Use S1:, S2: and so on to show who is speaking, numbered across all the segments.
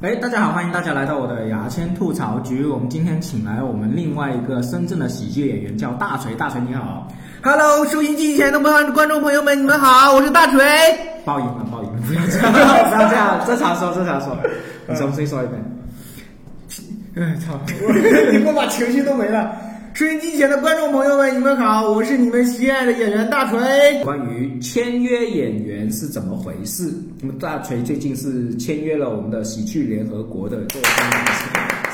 S1: 哎，大家好，欢迎大家来到我的牙签吐槽局。我们今天请来了我们另外一个深圳的喜剧演员，叫大锤。大锤你好，
S2: Hello，收音机前的朋友观众朋友们，你们好，我是大锤。
S1: 报应了，报应了，不要这样，不要这 样，正常说，正常说。你重新说一遍。哎，操！ 我你不把情绪都没了。
S2: 收音机前的观众朋友们，你们好，我是你们喜爱的演员大锤。
S1: 关于签约演员是怎么回事？那么大锤最近是签约了我们的喜剧联合国的这个单位，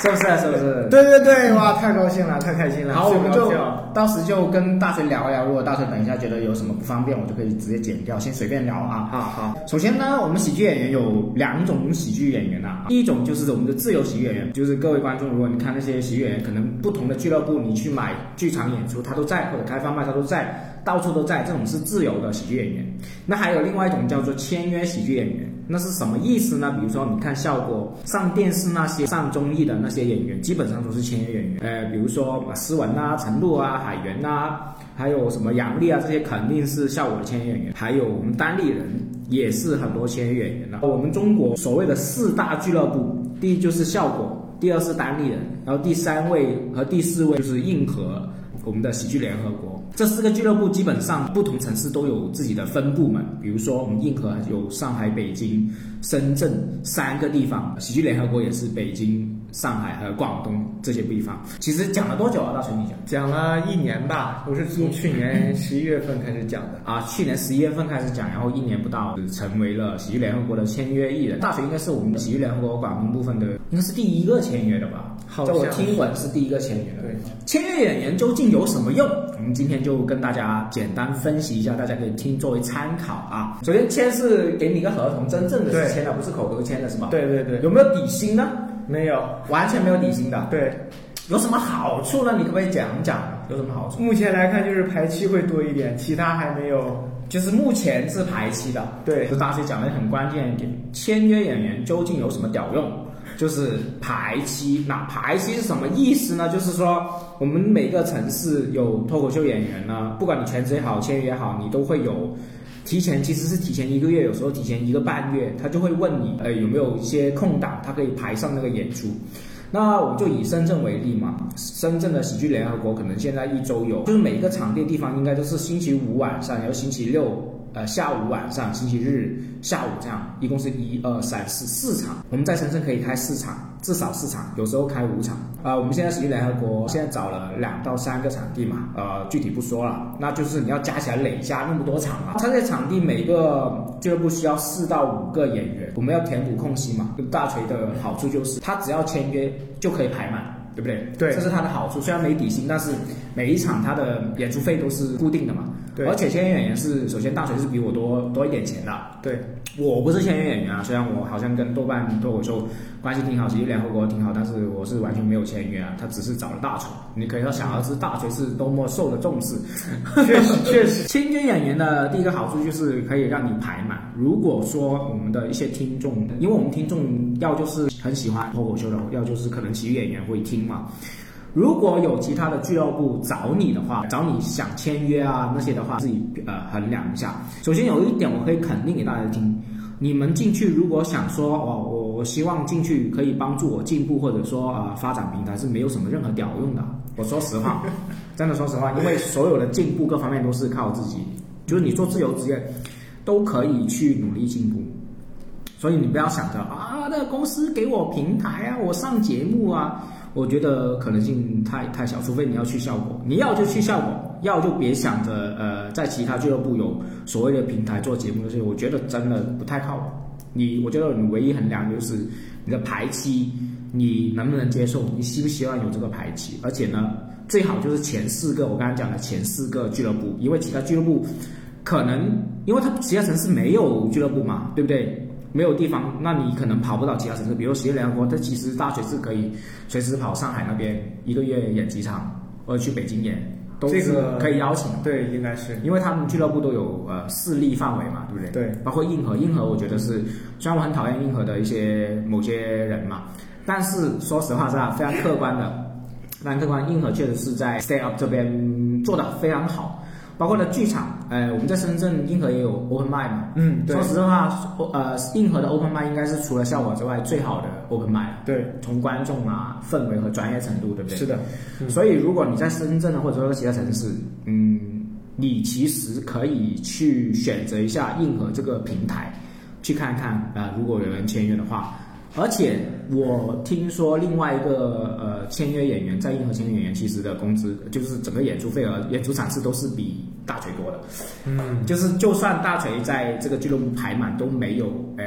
S1: 是不是啊？是不是？
S2: 对对对，哇，太高兴了，太开心了。
S1: 然后我们
S2: 睡不
S1: 就
S2: 着觉
S1: 当时就跟大锤聊一聊，如果大锤等一下觉得有什么不方便，我就可以直接剪掉，先随便聊啊。
S2: 好好，
S1: 首先呢，我们喜剧演员有两种喜剧演员啊，第一种就是我们的自由喜剧演员，就是各位观众，如果你看那些喜剧演员，可能不同的俱乐部你去买剧场演出，他都在，或者开放麦他都在，到处都在，这种是自由的喜剧演员。那还有另外一种叫做签约喜剧演员，那是什么意思呢？比如说你看效果上电视那些上综艺的那些演员，基本上都是签约演员，呃，比如说呃斯文啊、陈露啊、海源啊，还有什么杨笠啊，这些肯定是效果的签约演员，还有我们单立人。也是很多签约演员的。我们中国所谓的四大俱乐部，第一就是效果，第二是单立人，然后第三位和第四位就是硬核，我们的喜剧联合国。这四个俱乐部基本上不同城市都有自己的分部门，比如说我们硬核有上海、北京、深圳三个地方，喜剧联合国也是北京、上海和广东这些地方。其实讲了多久啊？大锤你讲
S2: 讲了一年吧，我是从去年十一月份开始讲的。
S1: 啊，去年十一月份开始讲，然后一年不到就成为了喜剧联合国的签约艺人。大学应该是我们喜剧联合国广东部分的，应该是第一个签约的吧？
S2: 好
S1: 在我
S2: 像是
S1: 听闻是第一个签约的。
S2: 对，
S1: 签约演员究竟有什么用？我们今天就跟大家简单分析一下，大家可以听作为参考啊。首先签是给你一个合同，真正的
S2: 对
S1: 是签的，不是口头签的是吧？，
S2: 对对对，
S1: 有没有底薪呢？
S2: 没有。
S1: 完全没有底薪的，
S2: 对，
S1: 有什么好处呢？你可不可以讲讲有什么好处？
S2: 目前来看就是排期会多一点，其他还没有。
S1: 就是目前是排期的，
S2: 对
S1: 就大师讲的很关键一点，签约演员究竟有什么屌用？就是排期，那排期是什么意思呢？就是说我们每个城市有脱口秀演员呢，不管你全职也好，签约也好，你都会有提前，其实是提前一个月，有时候提前一个半月，他就会问你，呃，有没有一些空档，他可以排上那个演出。那我们就以深圳为例嘛，深圳的喜剧联合国可能现在一周有，就是每一个场地地方应该都是星期五晚上，然后星期六呃下午晚上，星期日下午这样，一共是一二三四四场。我们在深圳可以开四场，至少四场，有时候开五场。呃，我们现在喜剧联合国现在找了两到三个场地嘛，呃，具体不说了，那就是你要加起来累加那么多场啊。参赛场地每个俱乐部需要四到五个演员，我们要填补空隙嘛。大锤的好处就是，他只要签约就可以排满，对不对？
S2: 对
S1: 这是他的好处。虽然没底薪，但是每一场他的演出费都是固定的嘛。
S2: 对
S1: 而且签约演员是，首先大锤是比我多多一点钱的，
S2: 对，
S1: 我不是签约演员啊，虽然我好像跟豆瓣脱口秀关系挺好，其实联合国挺好，但是我是完全没有签约啊，他只是找了大锤。你可以想而知，大锤是多么受了重视。
S2: 确实确实。
S1: 签约演员的第一个好处就是可以让你排满。如果说我们的一些听众，因为我们听众要就是很喜欢脱口秀的，要就是可能喜剧演员会听嘛。如果有其他的俱乐部找你的话，找你想签约啊那些的话，自己呃衡量一下。首先有一点我可以肯定给大家听，你们进去如果想说哦，我我希望进去可以帮助我进步，或者说啊、呃、发展平台是没有什么任何屌用的。我说实话，真的说实话，因为所有的进步各方面都是靠自己，就是你做自由职业都可以去努力进步。所以你不要想着啊，那个公司给我平台啊，我上节目啊，我觉得可能性太太小，除非你要去效果，你要就去效果，要就别想着呃，在其他俱乐部有所谓的平台做节目这些，我觉得真的不太靠谱。你，我觉得你唯一衡量就是你的排期，你能不能接受，你希不希望有这个排期，而且呢，最好就是前四个，我刚才讲的前四个俱乐部，因为其他俱乐部可能因为它其他城市没有俱乐部嘛，对不对？没有地方，那你可能跑不到其他城市，比如喜剧联合国，它其实大学是可以随时跑上海那边一个月演几场，或者去北京演，都
S2: 这
S1: 是
S2: 个
S1: 可以邀请的。
S2: 对，应该是。
S1: 因为他们俱乐部都有呃势力范围嘛，对不对？
S2: 对，
S1: 包括硬核，硬核我觉得是，虽然我很讨厌硬核的一些某些人嘛，但是说实话是啊，非常客观的，非常客观，硬核确实是在 Stay Up 这边做的非常好。包括呢剧场，呃，我们在深圳硬核也有 open mic 嘛。
S2: 嗯，对
S1: 说实话，呃，硬核的 open mic 应该是除了效果之外最好的 open mic 了。
S2: 对，
S1: 从观众啊、氛围和专业程度，对不对？
S2: 是的，嗯
S1: 所以如果你在深圳啊，或者说其他城市，嗯，你其实可以去选择一下硬核这个平台，去看看啊、呃如果有人签约的话。而且我听说另外一个呃签约演员在硬核签约演员其实的工资就是整个演出费额、演出场次都是比大锤多的，
S2: 嗯，
S1: 就是就算大锤在这个俱乐部排满都没有呃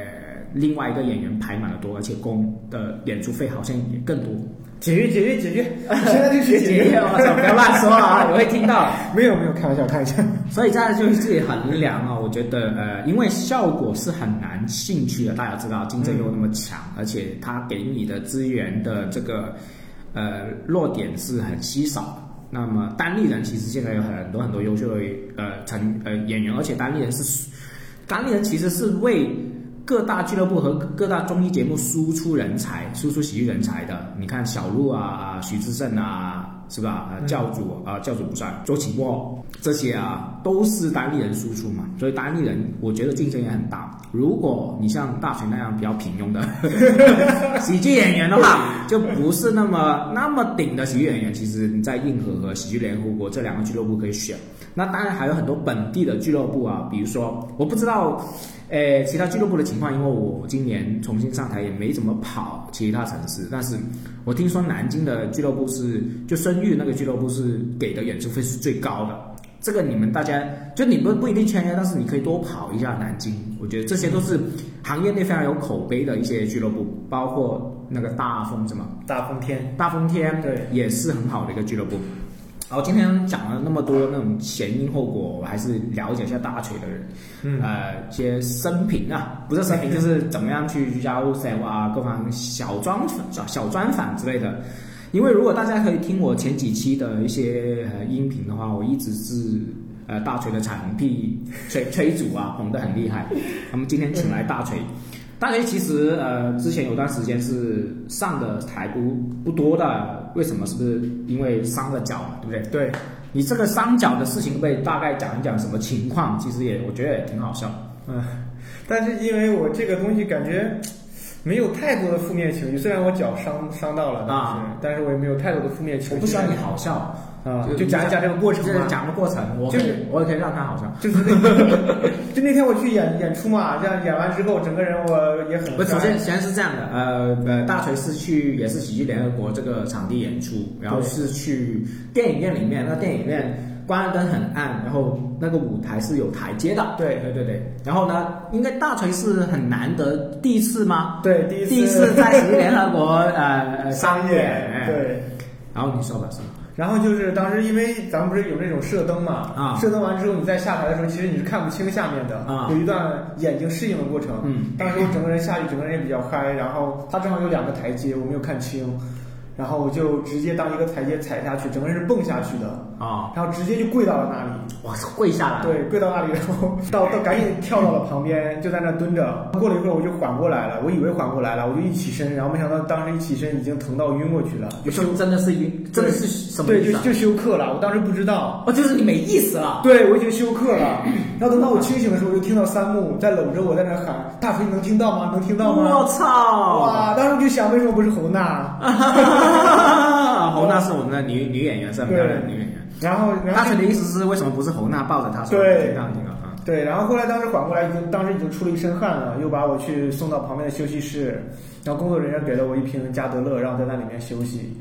S1: 另外一个演员排满的多，而且工的演出费好像也更 多。
S2: 解约解约 解约，现在就学
S1: 学姐，我操，不要乱说啊，你会听到。
S2: 没有没有，开玩笑开玩笑。
S1: 所以大家就是自己衡量啊，我觉得呃，因为效果是很难进去的，大家知道竞争又那么强，而且它给你的资源的这个呃落点是很稀少的。那么单立人其实现在有很多很多优秀的呃成呃演员，而且单立人是单立人其实是为各大俱乐部和各大综艺节目输出人才、输出喜剧人才的。你看小鹿啊、啊徐志胜啊，是吧？啊教主啊、教主不算，周奇墨这些啊，都是单立人输出嘛。所以单立人，我觉得竞争也很大。如果你像大锤那样比较平庸的 喜剧演员的话，就不是那么那么顶的喜剧演员。其实你在硬核和喜剧联合国这两个俱乐部可以选。那当然还有很多本地的俱乐部啊，比如说我不知道，呃，其他俱乐部的情况，因为我今年重新上台也没怎么跑其他城市，但是我听说南京的俱乐部是就声誉那个俱乐部是给的演出费是最高的。这个你们大家就你们不一定签约，但是你可以多跑一下南京。我觉得这些都是行业内非常有口碑的一些俱乐部，包括那个大风什么
S2: 大风天，
S1: 大风天，
S2: 对，
S1: 也是很好的一个俱乐部。好，今天讲了那么多那种前因后果，我还是了解一下大锤的人，
S2: 嗯
S1: 呃，一些生平啊，不是生平，就是怎么样去加入 s e 啊，各方小专访、小小专访之类的。因为如果大家可以听我前几期的一些呃音频的话，我一直是呃大锤的彩虹屁吹吹主啊，红的很厉害。那么今天请来大锤，大锤其实呃之前有段时间是上的台不不多的，为什么？是不是因为伤了脚嘛，对不对？
S2: 对，
S1: 你这个伤脚的事情，被大概讲一讲什么情况？其实也我觉得也挺好笑。
S2: 嗯，但是因为我这个东西感觉没有太多的负面情绪，虽然我脚伤伤到了，但是、
S1: 啊
S2: 但是我也没有太多的负面情绪。
S1: 我不需要你好笑
S2: 啊，就讲一讲这个过程
S1: 就是
S2: 嘛。
S1: 讲个过程，我可
S2: 就
S1: 以
S2: 是
S1: 我也可以让他好笑。
S2: 就是那个，就那天我去演演出嘛，这样演完之后，整个人我也很
S1: 不，首
S2: 伤
S1: 先首先是这样的，呃呃，大锤是去也是喜剧联合国这个场地演出，然后
S2: 对
S1: 是去电影院里面，那电影院关灯很暗，然后那个舞台是有台阶的，
S2: 对
S1: 对对对，然后呢，应该大锤是很难得第一次吗？
S2: 对第一次
S1: 第一次在 喜剧联合国呃呃商演，哎
S2: 对。
S1: 然后你说吧，说吧，
S2: 然后就是当时因为咱们不是有那种射灯嘛，
S1: 啊
S2: 射灯完之后你再下台的时候，其实你是看不清下面的，
S1: 啊
S2: 有一段眼睛适应的过程。
S1: 嗯，
S2: 当时我整个人下去，整个人也比较嗨，然后它正好有两个台阶，我没有看清，然后我就直接当一个台阶踩下去，整个人是蹦下去的，
S1: 哦，
S2: 然后直接就跪到了那里。
S1: 我跪下来，
S2: 对，跪到那里，然后 到到赶紧跳到了旁边，就在那蹲着。过了一会儿，我就缓过来了，我以为缓过来了，我就一起身，然后没想到当时一起身已经疼到晕过去了，
S1: 有时候真的是晕，真的是什么
S2: 对，
S1: 意
S2: 就
S1: 思啊？
S2: 就休克了。我当时不知道，
S1: 哦，就是你没意思了。
S2: 对我已经休克了。然后等到我清醒的时候，我就听到三木在搂着我在那喊：“大锤，你能听到吗？能听到
S1: 我
S2: 吗？”
S1: 操！
S2: 哇！当时我就想，为什么不是侯娜？
S1: 侯娜哦是我们的女女演员，是很漂亮的女演员。
S2: 然后，然
S1: 大
S2: 后
S1: 锤的意思是为什么不是侯娜抱着她说？
S2: 对
S1: 听到听到啊，
S2: 对，然后后来当时缓过来，已经当时已经出了一身汗了，又把我去送到旁边的休息室，然后工作人员给了我一瓶加德乐，让我在那里面休息，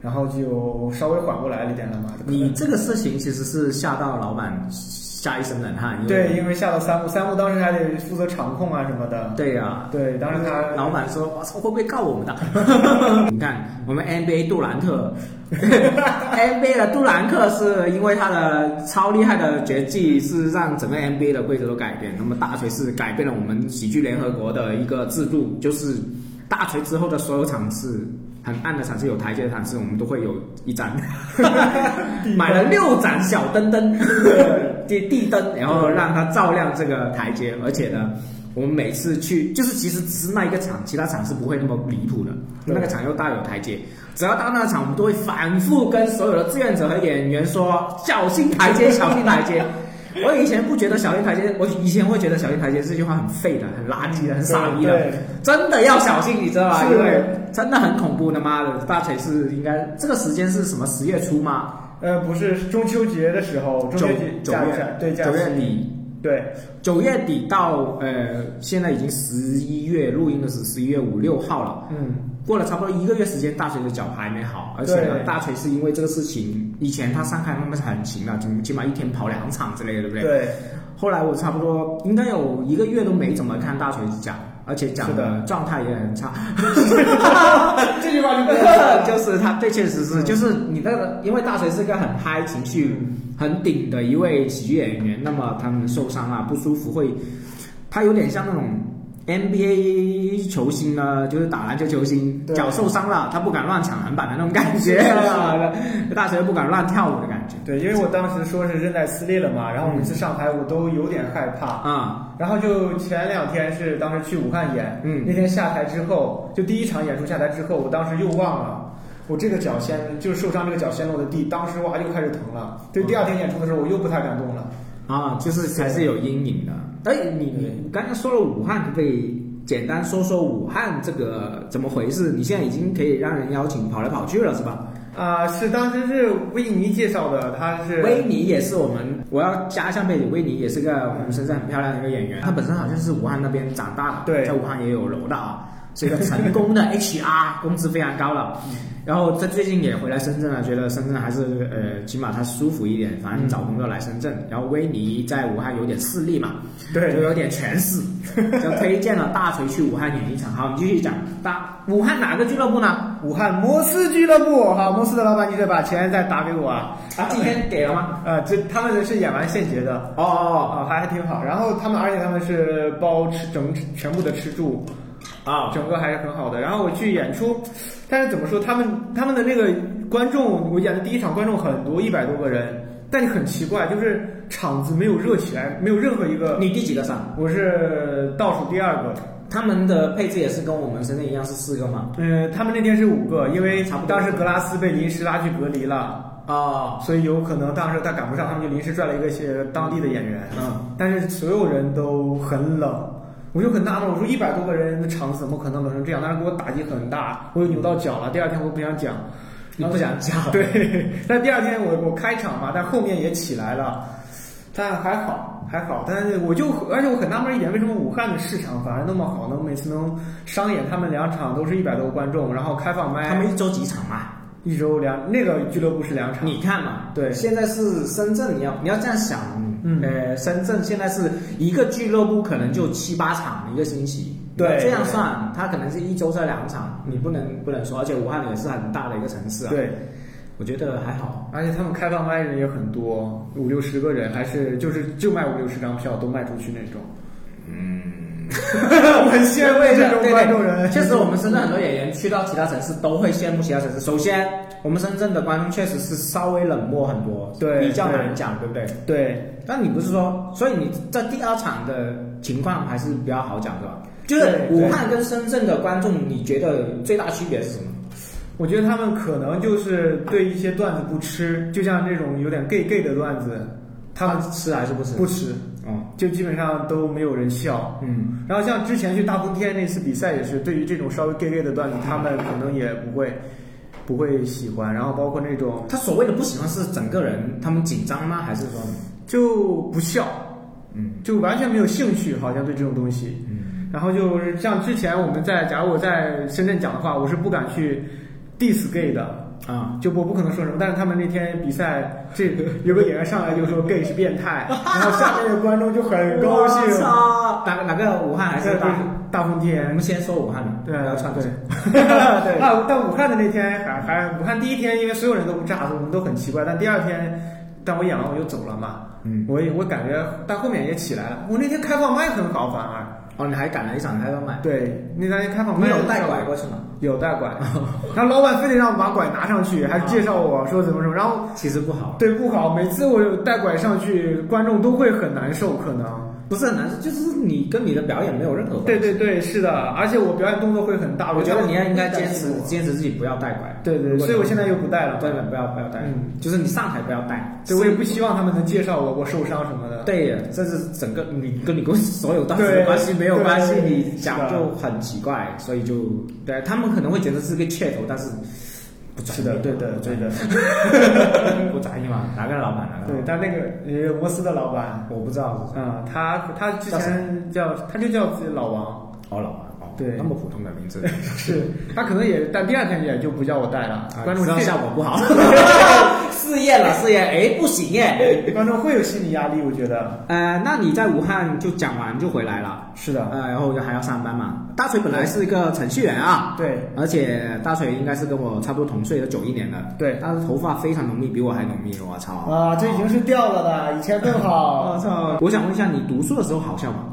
S2: 然后就稍微缓过来了一点了嘛。就可能
S1: 你这个事情其实是吓到老板吓一身冷汗，因
S2: 对，
S1: 为
S2: 因为下到三木，三木当时还得负责场控啊什么的。
S1: 对呀、
S2: 对，当时他
S1: 老板 说：“我操，会不会告我们的？”你看，我们 NBA 杜兰特 ，NBA 的杜兰特是因为他的超厉害的绝技是让整个 NBA 的规则都改变。那么大锤是改变了我们喜剧联合国的一个制度，就是大锤之后的所有场次，很暗的场次有台阶的场次，我们都会有一 盏，买了六盏小灯灯，这地灯，然后让它照亮这个台阶，而且呢。我们每次去，就是其实只是那一个场，其他场是不会那么离谱的。
S2: 对
S1: 那个场又大有台阶，只要到那个场，我们都会反复跟所有的志愿者和演员说：小心台阶，小心台 阶。我以前不觉得小心台阶，我以前会觉得小心台阶这句话很废的、很垃圾的、很傻逼的
S2: 对。
S1: 真的要小心，你知道吧？
S2: 是
S1: 因为真的很恐怖的，妈的！大锤是应该这个时间是什么？十月初吗？
S2: 呃，不是中秋节的时候，中秋
S1: 九
S2: 节
S1: 九
S2: 假期
S1: 月
S2: 对假
S1: 九月
S2: 期，
S1: 底
S2: 对，
S1: 九月底到呃，现在已经十一月录音的是十一月五六号了，
S2: 嗯，
S1: 过了差不多一个月时间，大锤的脚还没好，而且呢，
S2: 对
S1: 大锤是因为这个事情，以前他上海那么是很勤的，起码一天跑两场之类的，对不对？
S2: 对，
S1: 后来我差不多应该有一个月都没怎么看大锤讲，而且讲
S2: 是
S1: 的
S2: 的
S1: 状态也很差，
S2: 这句话就不用说了 嗯
S1: 就是他，对，确实是，就是你那个，因为大锤是个很嗨、情绪很顶的一位喜剧演员，那么他们受伤啊、不舒服会，他有点像那种 NBA 球星呢，就是打篮球球星
S2: 对
S1: 脚受伤了，他不敢乱抢篮板的那种感觉， 大锤不敢乱跳舞的感觉
S2: 对，因为我当时说是韧带撕裂了嘛，然后每次上台我都有点害怕，
S1: 啊，
S2: 然后就前两天是当时去武汉演，
S1: 嗯
S2: 那天下台之后，就第一场演出下台之后，我当时又忘了。我这个脚先就是受伤，这个脚先落的地，当时哇又开始疼了。对，第二天演出的时候我又不太敢动了。
S1: 啊，就是还是有阴影的。哎，你你刚刚说了武汉，可不可以简单说说武汉这个怎么回事？你现在已经可以让人邀请跑来跑去了，是吧？
S2: 啊、是当时是维尼介绍的，他是
S1: 威尼也是我们，我要加一下背景，威尼也是个我们深圳很漂亮的一个演员，她本身好像是武汉那边长大的，
S2: 嗯对
S1: 在武汉也有楼的啊，是一个成功 的 HR，工资非常高了。
S2: 嗯
S1: 然后她最近也回来深圳了，觉得深圳还是呃，起码她舒服一点，反正找工作来深圳。然后威尼在武汉有点势力嘛，
S2: 对
S1: 就有点权 势，就推荐了大锤去武汉演一场。好，你继续讲，大武汉哪个俱乐部呢？
S2: 武汉摩斯俱乐部。好，摩斯的老板，你得把钱再打给我啊！啊，
S1: 今天给了吗？
S2: 啊，这他们是演完现结的，
S1: 哦哦
S2: 啊，还还挺好。然后他们，而且他们是包吃整全部的吃住，
S1: 哦啊
S2: 整个还是很好的。然后我去演出，但是怎么说，他们他们的那个观众，我演的第一场观众很多，一百多个人，但是很奇怪，就是场子没有热起来，没有任何一个。
S1: 你第几个上？
S2: 我是倒数第二个，
S1: 他们的配置也是跟我们深圳一样是四个吗？
S2: 嗯，他们那天是五个，因为
S1: 差不多
S2: 当时格拉斯被临时拉去隔离了，
S1: 哦，
S2: 所以有可能当时他赶不上，他们就临时拽了一个一些当地的演员。
S1: 嗯，
S2: 但是所有人都很冷，我就很纳闷，我说一百多个人的场子怎么可能冷成这样？当时给我打击很大，我又扭到脚了。第二天我不想讲，
S1: 你不想加？
S2: 对， 但第二天我我开场嘛，但后面也起来了，但还好还好，但是我就而且我很纳闷一点，为什么武汉的市场反而那么好呢？每次能商演他们两场都是一百多个观众，然后开放麦
S1: 他们一周几场嘛？
S2: 一周两那个俱乐部是两场，
S1: 你看嘛，
S2: 对
S1: 现在是深圳，你要你要这样想，
S2: 嗯
S1: 呃，深圳现在是一个俱乐部可能就七八场一个星期，
S2: 对
S1: 这样算，它可能是一周这两场，你不能不能说，而且武汉也是很大的一个城市啊，，
S2: 对。
S1: 我觉得还好，
S2: 而且他们开放麦人也很多，五六十个人，还是就是就卖五六十张票都卖出去那 种。嗯，很羡慕这种观众 人。
S1: 确实，我们深圳很多演员去到其他城市都会羡慕其他城市。首先，我们深圳的观众确实是稍微冷漠很多，
S2: 对
S1: 比较难讲，对不对？
S2: 对，
S1: 但你不是说，所以你在第二场的情况还是比较好讲，对吧？就
S2: 对
S1: 是武汉跟深圳的观众，你觉得最大区别是什么？
S2: 我觉得他们可能就是对一些段子不吃，就像这种有点 gay gay 的段子，他们
S1: 吃还是不吃？
S2: 不吃，
S1: 哦，
S2: 就基本上都没有人笑。
S1: 嗯，
S2: 然后像之前去大风天那次比赛也是，对于这种稍微 gay gay 的段子，他们可能也不会不会喜欢。然后包括那种
S1: 他所谓的不喜欢是整个人他们紧张吗？还是说，
S2: 就不笑，
S1: 嗯
S2: 就完全没有兴趣，好像对这种东西。
S1: 嗯，
S2: 然后就是像之前我们在，假如我在深圳讲的话，我是不敢去 diss gay 的，
S1: 啊，
S2: 就我不可能说什么。但是他们那天比赛，这有个演员上来就说 gay 是变态，然后下面的观众就很高 兴。
S1: 我操哪个哪个武汉还是大？
S2: 大风
S1: 我
S2: 天
S1: 们，先说武汉的，
S2: 对
S1: 不要串
S2: 对
S1: 嘴。
S2: 对。啊，但武汉的那天还还武汉第一天，因为所有人都不炸，我们都很奇怪。但第二天，但我演完我就走了嘛，
S1: 嗯，
S2: 我也我感觉，但后面也起来了。我那天开放麦很好，反而
S1: 哦，你还赶了一场开放麦，
S2: 对那天开放
S1: 你
S2: 麦
S1: 有带拐过去吗？
S2: 有带拐， 然后老板非得让我把拐拿上去，还介绍我说怎么怎么，然后
S1: 其实不好，
S2: 对不好，每次我有带拐上去，观众都会很难受，可能
S1: 不是很难，就是你跟你的表演没有任何关系。啊
S2: 对对对，是的，而且我表演动作会很大，
S1: 我觉得你要
S2: 要
S1: 应该坚持坚持自己不要带拐。
S2: 对对，
S1: 如果
S2: 所以我
S1: 你
S2: 现在又不带了。
S1: 对了，不要不要带，
S2: 嗯
S1: 就是你上台不要带。
S2: 对，我也不希望他们能介绍我，我受伤什么的。
S1: 对呀，这是整个你跟你跟所有 当时
S2: 对
S1: 的关系没有关系，
S2: 对
S1: 你
S2: 是
S1: 讲
S2: 的
S1: 就很奇怪，所以就对他们可能会觉得是个噱头，但是不专
S2: 是
S1: 业
S2: 的，对的，对的，
S1: 不专业 嘛，哪个老板哪个老
S2: 对
S1: 板，。
S2: 但那个呃摩斯的老板，
S1: 我不知道是谁，
S2: 嗯，他他之前叫他就叫自己老王，
S1: 哦老板哦，
S2: 对
S1: 那么普通的名字
S2: 是他可能也，但第二天也就不叫我带了
S1: 啊，
S2: 观众
S1: 知道
S2: 这
S1: 效果不好，试验了试验，哎不行耶，
S2: 观众会有心理压力，我觉得
S1: 呃，那你在武汉就讲完就回来了，
S2: 是的，
S1: 呃，然后还要上班嘛。大锤本来是一个程序员啊，
S2: 对，
S1: 而且大锤应该是跟我差不多同岁的，九一年的。
S2: 对
S1: 他的头发非常浓密，比我还浓密，我操！
S2: 啊，这已经是掉了的，以前更
S1: 我
S2: 好，
S1: 操！我想问一下，你读书的时候好笑吗？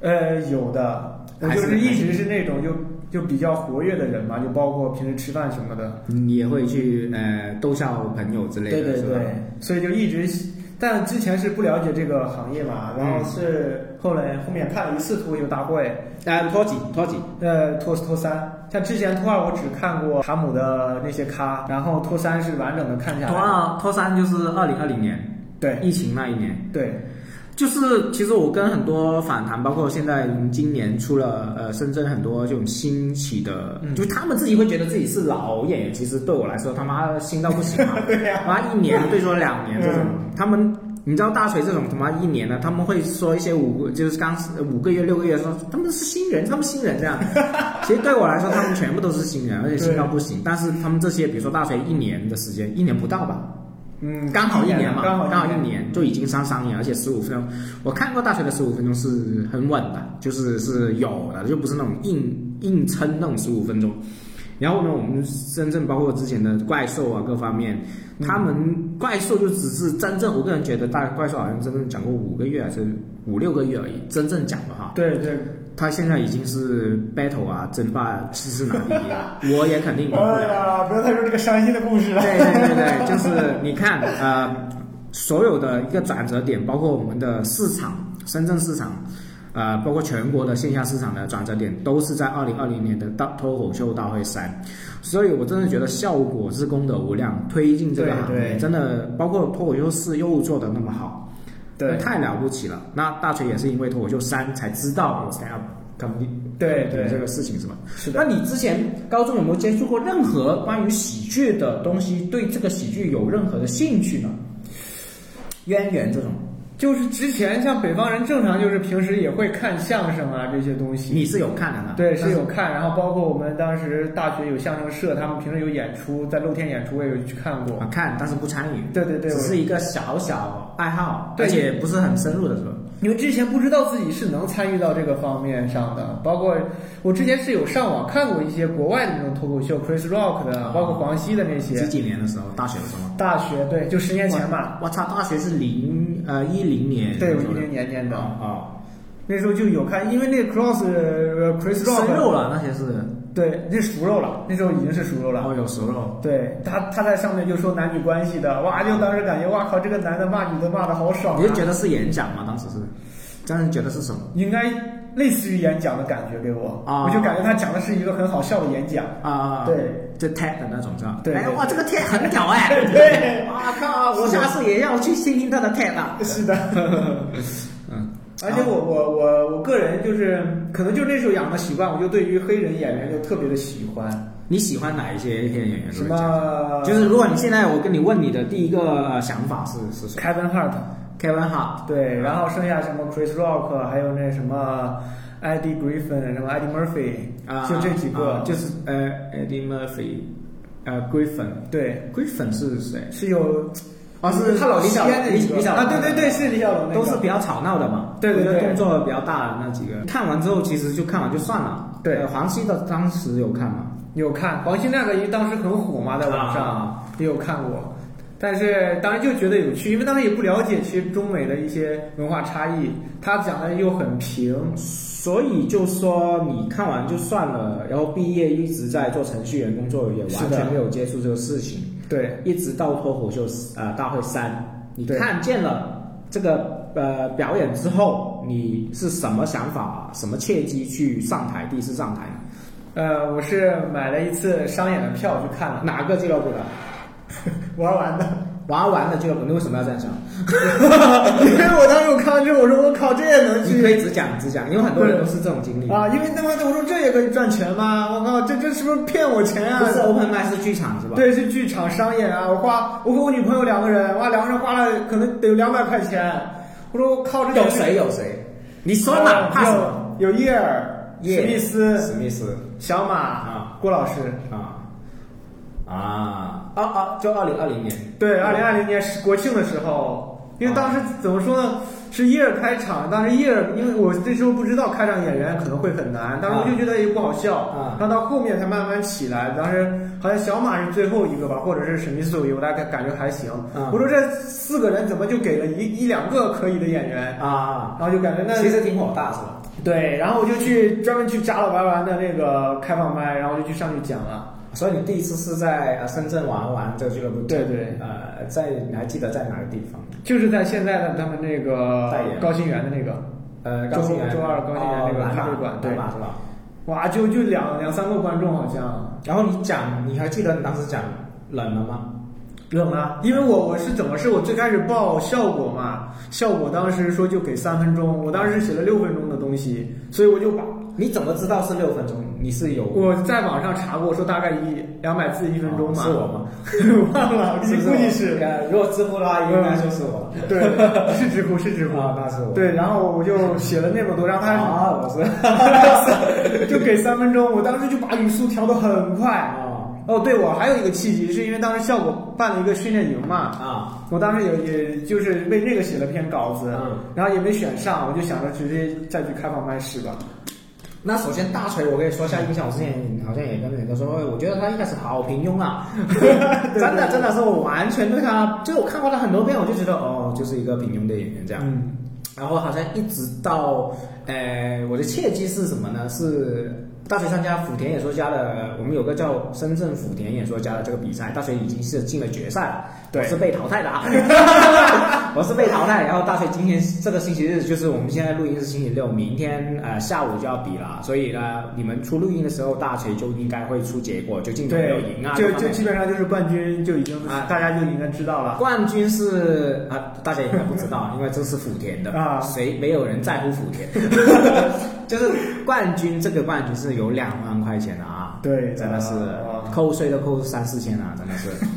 S2: 呃，有的，我
S1: 还
S2: 就是是一直是那种就就比较活跃的人嘛，就包括平时吃饭什么的，
S1: 你也会去呃逗笑朋友之类的，
S2: 对对
S1: 是吧
S2: 对，所以就一直，但之前是不了解这个行业嘛，然后
S1: 嗯
S2: 是后来后面看了一次脱口秀大会，
S1: 呃，托几托几，
S2: 呃，托托三，像之前托二我只看过卡姆的那些咖，然后托三是完整的看下
S1: 托
S2: 来，
S1: 二托三就是二零二零年
S2: 对
S1: 疫情那一年，
S2: 对，
S1: 就是其实我跟很多访谈，包括现在今年出了呃深圳很多这种新起的，
S2: 嗯
S1: 就是他们自己会觉得自己是老演员，其实对我来说他妈新到不行啊！
S2: 对嗯呀
S1: 他妈一年最多两年这种，他们你知道大锤这种他妈一年的，他们会说一些五就是刚五个月六个月说他们是新人，他们新人 这样。其实对我来说，他们全部都是新人，而且新到不行。但是他们这些，比如说大锤一年的时间，一年不到吧，
S2: 嗯，
S1: 刚好一年嘛，
S2: 刚
S1: 刚
S2: 好
S1: 好一年就已经上商演，而且十五分钟，我看过大学的十五分钟是很稳的，就是是有的，就不是那种硬硬撑那种十五分钟。然后呢，我们深圳包括之前的怪兽啊各方面，
S2: 嗯
S1: 他们怪兽就只是真正，我个人觉得大怪兽好像真正讲过五个月还是五六个月而已，真正讲的哈，
S2: 对对，
S1: 他现在已经是 battle 啊争霸世是拿第一了， 我也肯定赢不了
S2: 哎。呀，不要再说这个伤心的故事了。
S1: 对对对对，就是你看，呃，所有的一个转折点，包括我们的市场，深圳市场，呃，包括全国的线下市场的转折点，都是在二零二零年的大脱口秀大会三。所以我真的觉得效果是功德无量，推进这个行
S2: 对
S1: 业
S2: 对
S1: 真的，包括脱口秀四又做的那么好，
S2: 对
S1: 太了不起了。那大锤也是因为脱口秀三才知道有 stand up comedy
S2: 对对
S1: 这个事情是吧？
S2: 是
S1: 那你之前高中有没有接触过任何关于喜剧的东西？对这个喜剧有任何的兴趣呢？渊源这种，
S2: 就是之前像北方人正常就是平时也会看相声啊这些东西，
S1: 你是有看的呢？
S2: 对
S1: 但
S2: 是有看，然后包括我们当时大学有相声社，他们平时有演出，在露天演出我也有去看过
S1: 啊。看，但是不参与。
S2: 对对对，
S1: 只
S2: 我
S1: 是一个小小爱好，
S2: 对
S1: 而且不是很深入的是吧？
S2: 因为之前不知道自己是能参与到这个方面上的，包括我之前是有上网看过一些国外的那种脱口秀，Chris Rock 的，啊包括黄西的那
S1: 几
S2: 些。
S1: 几年的时候，大学的时候。
S2: 大学对，就十年前吧，
S1: 我操，大学是零呃一零年左
S2: 对，
S1: 右
S2: 我
S1: 的。
S2: 一零年念的，
S1: 哦，
S2: 那时候就有看，因为那个 Cross 呃 Chris
S1: 生
S2: Rock
S1: 肉了那些是，
S2: 对，那熟肉了，那时候已经是熟肉
S1: 然
S2: 了。
S1: 后有熟肉。
S2: 对他，他在上面就说男女关系的，哇，就当时感觉哇靠，这个男的骂女的骂的好爽、啊，
S1: 你就觉得是演讲吗？当时是，当时觉得是什么？
S2: 应该类似于演讲的感觉给我，
S1: 啊
S2: 我就感觉他讲的是一个很好笑的 演讲。
S1: 啊，
S2: 对，
S1: 就 TED 的那种是吧？
S2: 对
S1: 哎
S2: 对
S1: 哇，这 个 TED 很屌哎！
S2: 对
S1: 啊靠，我下次也要去听听他的 TED 啊。
S2: 是的，
S1: 嗯，
S2: 而且我我我我个人就是，可能就那时候养成习惯，我就对于黑人演员就特别的喜欢，
S1: 你喜欢哪一些黑人演员？
S2: 什？么
S1: 就是如果你现在我跟你问你的第一个呃想法是是谁
S2: Kevin Hart，
S1: ？Kevin Hart。
S2: 对，然后剩下什么 Chris Rock，还有那什么 Eddie Griffin，什么 Eddie Murphy，、
S1: 啊，
S2: 就这几个，
S1: 啊就是呃，Eddie Murphy，呃，Griffin，Griffin
S2: 对。
S1: 是谁？
S2: 是有
S1: 哦是
S2: 他老
S1: 李小
S2: 吸烟的
S1: 李
S2: 一个
S1: 李小
S2: 啊，对对对，是李小龙那个，
S1: 都是比较吵闹的嘛，
S2: 对对
S1: 就是
S2: 对
S1: 动作比较大的那几个。看完之后，其实就看完就算了。
S2: 对
S1: 呃黄西的当时有看吗？
S2: 有看黄兴那个，因为当时很火嘛，在网上
S1: 啊
S2: 也有看过，但是当时就觉得有趣，因为当时也不了解其实中美的一些文化差异，他讲的又很平，
S1: 所以就说你看完就算了，然后毕业一直在做程序员工作，也
S2: 是
S1: 完
S2: 的
S1: 全没有接触这个事情，
S2: 对
S1: 一直到脱啊口秀呃大会三，你
S2: 对
S1: 看见了这个呃表演之后，候你是什么想法、什么契机去上台？第一次上台呢？
S2: 呃，我是买了一次商演的票去看了，
S1: 哪个俱乐部的？
S2: 玩 完的。
S1: 玩完的俱乐部，你为什么要这样想？
S2: 因为我当时我看完之后，我说我靠，这也能
S1: 你可
S2: 去
S1: 以只讲只讲，因为很多人都是这种经历。
S2: 啊？因为他妈的，我说这也可以赚钱吗？我靠，这这是不是骗我钱啊
S1: 不？是 open m i 是剧场是吧？，
S2: 对，是剧场商演啊！我花，我和我女朋友两个人，哇，两个人花了可能得有两百块钱。我说我靠，这
S1: 有谁有谁？你说哪怕什么？
S2: 有有叶儿、
S1: 耶
S2: 哦史密斯、
S1: 史密斯
S2: 小马、
S1: 啊
S2: 郭老师。
S1: 啊啊二二就二零二零年，
S2: 对，二零二零年是国庆的时候，因为当时怎么说呢，是叶儿开场，当时叶儿，因为我那时候不知道开场演员可能会很难，当时我就觉得也不好笑，
S1: 啊
S2: 然后到后面才慢慢起来，当时好像小马是最后一个吧，或者是史密斯最后一个，我大概感觉还行。
S1: 啊
S2: 我说这四个人怎么就给了一一两个可以的演员，
S1: 啊，
S2: 然后就感觉那
S1: 其实挺火大是吧？
S2: 对，然后我就去专门去扎了玩玩的那个开放麦，然后我就去上去讲了。
S1: 所以你第一次是在呃深圳玩玩这个俱乐部？
S2: 对对
S1: 呃，在你还记得在哪个地方？
S2: 就是在现在的他们那个
S1: 代言
S2: 高新园的那个，
S1: 呃，
S2: 周
S1: 高新园
S2: 周二高新园那个
S1: 哦
S2: 咖啡
S1: 蓝马
S2: 馆对
S1: 蓝马是吧？
S2: 哇，就就两两三个观众好像。
S1: 然后你讲，你还记得你当时讲冷了吗？
S2: 冷啊，因为我我是怎么是我最开始报效果嘛，效果当时说就给三分钟，我当时写了六分钟的东西，所以我就把
S1: 你怎么知道是六分钟？你是有
S2: 我在网上查过，说大概一两百字一分钟
S1: 啊
S2: 嘛，
S1: 是我吗？
S2: 我 忘了，估
S1: 是不
S2: 计
S1: 我
S2: 是，
S1: 呃如果知乎的话，应该就是我。
S2: 对，是知乎是知乎，
S1: 啊那是我
S2: 对，然后我就写了那么多，让他
S1: 啊，我是
S2: 就给三分钟，我当时就把语速调得很快。
S1: 啊
S2: 哦，对，我还有一个契机，是因为当时效果办了一个训练营嘛，
S1: 啊
S2: 我当时也也就是为那个写了篇稿子，
S1: 嗯
S2: 然后也没选上，我就想着直接再去开放麦试吧。
S1: 那首先大锤，我跟你说下印象，我之前好像也跟人家说，哎我觉得他一开始好平庸啊，真的真的是我完全对他，就是我看过他很多遍，我就觉得哦，就是一个平庸的演员这样。
S2: 嗯，
S1: 然后好像一直到，呃，我的契机是什么呢？是大学参加福田演说家的，我们有个叫深圳福田演说家的这个比赛，大学已经是进了决赛了，
S2: 对
S1: 我是被淘汰的 啊，我是被淘汰。然后大学今天这个星期日就是我们现在录音是星期六，明天呃下午就要比了，所以呢，你们出录音的时候，大学就应该会出结果，究竟有没有
S2: 对
S1: 赢啊？，
S2: 就
S1: 各方
S2: 就
S1: 面
S2: 基本上就是冠军就已经、
S1: 啊
S2: 大家就应该知道了。
S1: 冠军是啊，大家应该不知道， 因为这是福田的
S2: 啊
S1: 谁没有人在乎福田？ 就是冠军这个冠军是有两万块钱的啊，
S2: 对
S1: 真的是
S2: 啊
S1: 扣税都扣三四千啊，真的是。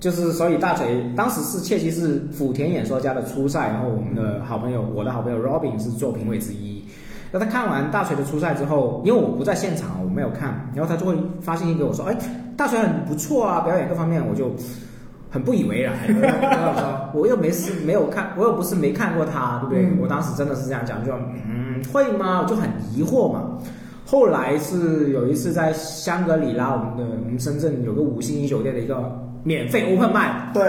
S1: 就是所以大锤当时是切记是福田演说家的初赛，然后我们的好朋友，我的好朋友 Robin 是做评委之一。那他看完大锤的初赛之后，因为我不在现场，我没有看，然后他就会发信息给我说：“哎，大锤很不错啊，表演各方面。”我就很不以为然，然后说我又没事没有看，我又不是没看过他，对不对？
S2: 嗯
S1: 我当时真的是这样讲，就嗯会吗？我就很疑惑嘛。后来是有一次在香格里拉，我们的我们深圳有个五星级酒店的一个免费 open mic，
S2: 对，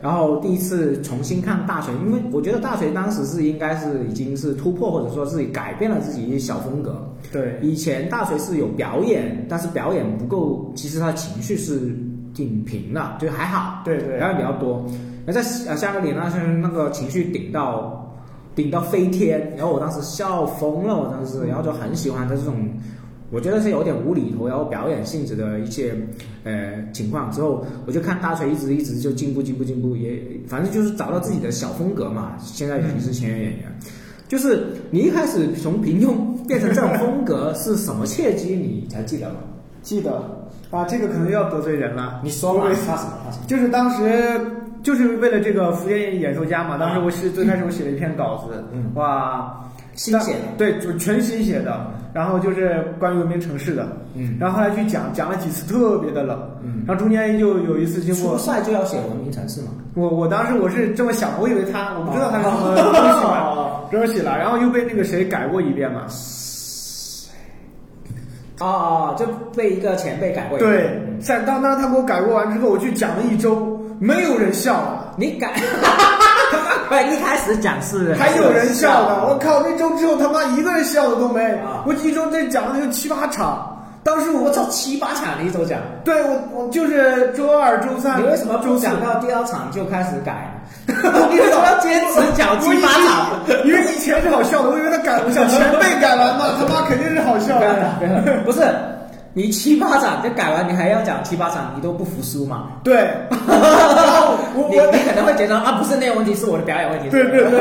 S1: 然后第一次重新看大学，因为我觉得大学当时是应该是已经是突破，或者说自己改变了自己一些小风格。
S2: 对，
S1: 以前大学是有表演，但是表演不够，其实他情绪是挺平的，就还好。
S2: 对对
S1: 表演比较多。那在呃下个点那是那个情绪顶到顶到飞天，然后我当时笑疯了，我当时，然后就很喜欢他这种，我觉得是有点无厘头，然后表演性质的一些呃情况。之后我就看大锤一直一直就进步进步进步，也反正就是找到自己的小风格嘛。现在已经是签约演员。就是你一开始从平庸变成这种风格是什么契机？你还记得吗？
S2: 记得啊，这个可能又要得罪人了。
S1: 你说嘛
S2: 我，
S1: 怕什么怕什么？
S2: 就是当时就是为了这个福建演说家嘛，当时我是最开始我写了一篇稿子，
S1: 啊嗯
S2: 哇，
S1: 新鲜的，
S2: 对，就全新写的，然后就是关于文明城市的，
S1: 嗯
S2: 然后后来去讲，讲了几次特别的冷，
S1: 嗯，
S2: 然后中间就有一次经
S1: 初
S2: 过，
S1: 赛就要写文明城市嘛。
S2: 我我当时我是这么想，我以为他，我不知道他是什么
S1: 哦
S2: 东西嘛，这写了，然后又被那个谁改过一遍嘛，
S1: 哦，就被一个前辈改过。
S2: 对，在当当他给我改过完之后，我去讲了一周，没有人笑了。
S1: 你改， 不是一开始讲是
S2: 还有人笑呢！我靠，那周之后他妈一个人笑的都没
S1: 啊。
S2: 我一周这讲了有七八场，
S1: 当时我这七八场你都讲，
S2: 对我我就是周二、周三，
S1: 你为什么
S2: 周
S1: 不
S2: 四
S1: 讲到第二场就开始改 呢？你为什么要坚持讲七八场？
S2: 因为以前是好笑的，我以为他改，我想前辈改完嘛，他妈肯定是好笑
S1: 不要
S2: 的。
S1: 了不要了不是你七八场就改完，你还要讲七八场，你都不服输嘛？
S2: 对，然后我
S1: 你
S2: 我
S1: 你可能会觉得啊，不是那个问题，是我的表演问题。
S2: 对对对，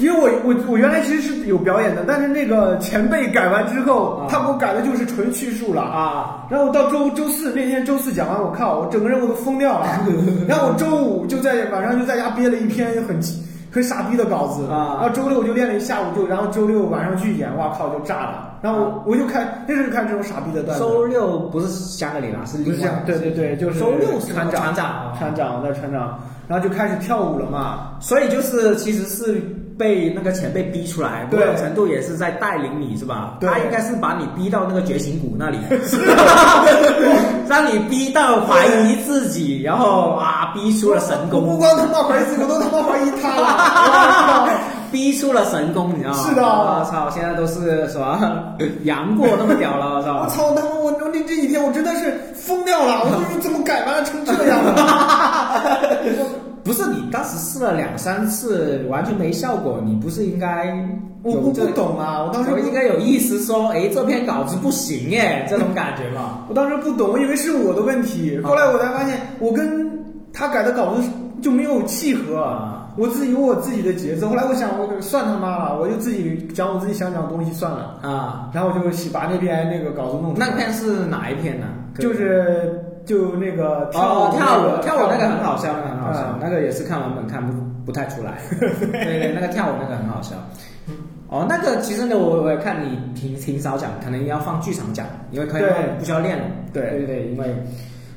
S2: 因为我我我原来其实是有表演的，但是那个前辈改完之后
S1: 啊，
S2: 他给我改的就是纯叙述了啊。
S1: 啊，
S2: 然后我到周周四那天周四讲完，我靠，我整个人我都疯掉了。 然后我周五就在晚上就在家憋了一篇很很傻逼的稿子
S1: 啊
S2: 然后周六我就练了一下午就，然后周六晚上去演，哇靠就炸了。然后
S1: 啊
S2: 我我就看那时候就看这种傻逼的段子，
S1: 周六不是香格里拉，是
S2: 不是
S1: 另
S2: 这样
S1: 外，
S2: 对对对，就是
S1: 周六是
S2: 船
S1: 船
S2: 长
S1: 长啊
S2: 船长在船长，然后就开始跳舞了嘛。
S1: 所以就是其实是被那个前辈逼出来，某
S2: 对
S1: 种程度也是在带领你是吧？
S2: 对
S1: 他应该是把你逼到那个觉醒谷那 里，让你逼到怀疑自己，然后啊逼出了神
S2: 我不
S1: 功，
S2: 光他妈怀疑自己，我都他妈怀疑他 了。我靠
S1: 逼出了神功，你知道吗？
S2: 是的
S1: 我操，现在都是什么 杨过那么屌了，我
S2: 我
S1: 操！
S2: 操他妈！我我那这几天我真的是疯掉了！我说怎么改完了成这样了？
S1: 不是你当时试了两三次完全没效果，你不是应该
S2: 我
S1: 有
S2: 我
S1: 这
S2: 不懂啊！我当时
S1: 我
S2: 不
S1: 应该有意思说，哎，这篇稿子不行哎，这种感觉吧。
S2: 我当时不懂，我以为是我的问题。
S1: 啊
S2: 后来我才发现，我跟他改的稿子就没有契合
S1: 啊。
S2: 我自己有我自己的节奏。后来我想，我算他妈了，我就自己讲我自己想讲的东西算了。
S1: 啊，
S2: 然后我就喜把那边那个稿子弄出来
S1: 那篇是哪一篇呢？
S2: 就是就那个
S1: 哦，跳
S2: 舞
S1: 舞跳舞那个很好笑，那个很好笑
S2: 嗯，
S1: 那个也是看文本看不不太出来。对对，那个跳舞那个很好笑。哦，那个其实呢，我我也看你挺挺少讲，可能要放剧场讲，因为可以
S2: 对
S1: 不需要练了。
S2: 对
S1: 对对，因为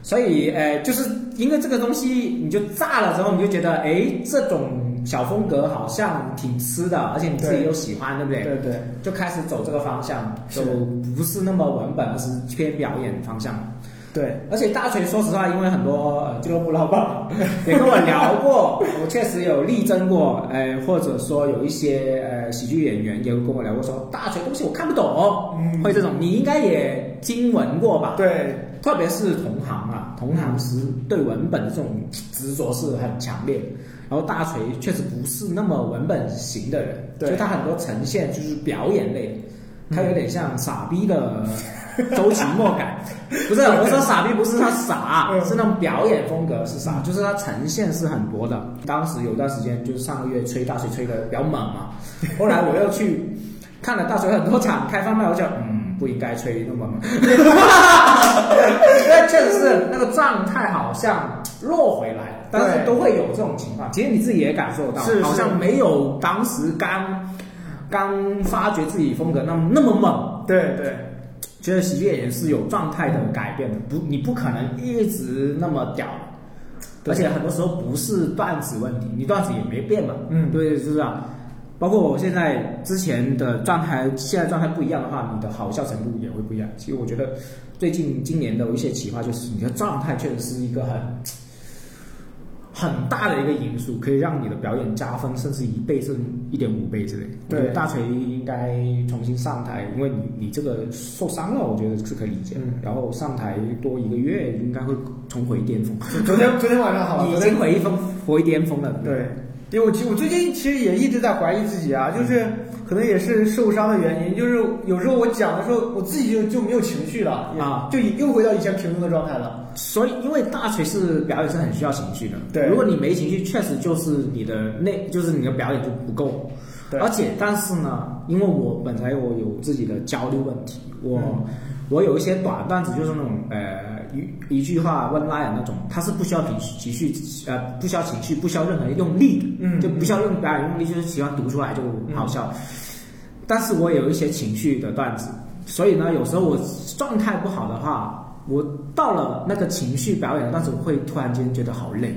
S1: 所以呃，就是因为这个东西，你就炸了之后，你就觉得哎，这种小风格好像挺吃的，而且你自己
S2: 对
S1: 又喜欢，对不对？
S2: 对对。
S1: 就开始走这个方向，就是不是那么文本，而是偏表演方向。
S2: 对，
S1: 而且大锤，说实话，因为很多呃俱乐部老板也跟我聊过，我确实有力争过，呃，或者说有一些呃喜剧演员也跟我聊过说，大锤东西我看不懂，
S2: 嗯
S1: 会这种，你应该也听闻过吧？，
S2: 对，
S1: 特别是同行啊，同行是对文本的这种执着是很强烈的。然后大锤确实不是那么文本型的人，
S2: 对嗯
S1: 就他很多呈现就是表演类的，他有点像傻逼 的周奇墨感。不是，啊我说傻逼不是他傻，啊
S2: 嗯
S1: 是那种表演风格是傻，就是他呈现是很薄的。当时有段时间就是上个月吹大锤吹的比较猛嘛，后来我又去看了大锤很多场开放麦，我就嗯不应该吹那么猛。 那确实是那个状态好像落回来了，但是
S2: 对
S1: 都会有这种情况。其实你自己也感受到，
S2: 是是
S1: 好像没有当时刚刚发掘自己风格那么那么猛。
S2: 对对，
S1: 觉得喜剧演员是有状态的改变的，不，你不可能一直那么屌。而且很多时候不是段子问题，你段子也没变嘛，
S2: 嗯
S1: 对，是不是啊？包括我现在之前的状态，现在状态不一样的话，你的好笑程度也会不一样。其实我觉得最近今年的有一些企划，就是你的状态确实是一个很很大的一个因素，可以让你的表演加分，甚至一倍甚至一点五倍之类。
S2: 对
S1: 我觉得大锤应该重新上台，因为你你这个受伤了，我觉得是可以理解的。
S2: 嗯
S1: 然后上台多一个月，应该会重回巅 峰。
S2: 昨天昨天晚上好了，
S1: 已
S2: 昨天
S1: 经回峰回巅峰了。
S2: 对，因为我其我最近其实也一直在怀疑自己啊，就是可能也是受伤的原因，就是有时候我讲的时候，我自己就就没有情绪了也
S1: 啊
S2: 就又回到以前平庸的状态了。
S1: 所以因为大锤是表演是很需要情绪的。
S2: 对
S1: 如果你没情绪，确实就是你的内，就是你的表演就不够。
S2: 对
S1: 而且但是呢，因为我本来我有自己的焦虑问题，我、
S2: 嗯
S1: 我有一些短段子，就是那种呃一一句话温拉雅那种，它是不需要情绪情绪呃不需要情绪，不需要任何用力的，
S2: 嗯
S1: 就不需要用表演用力，就是喜欢读出来就好笑。但是我有一些情绪的段子，所以呢，有时候我状态不好的话，我到了那个情绪表演的段子，我会突然间觉得好累，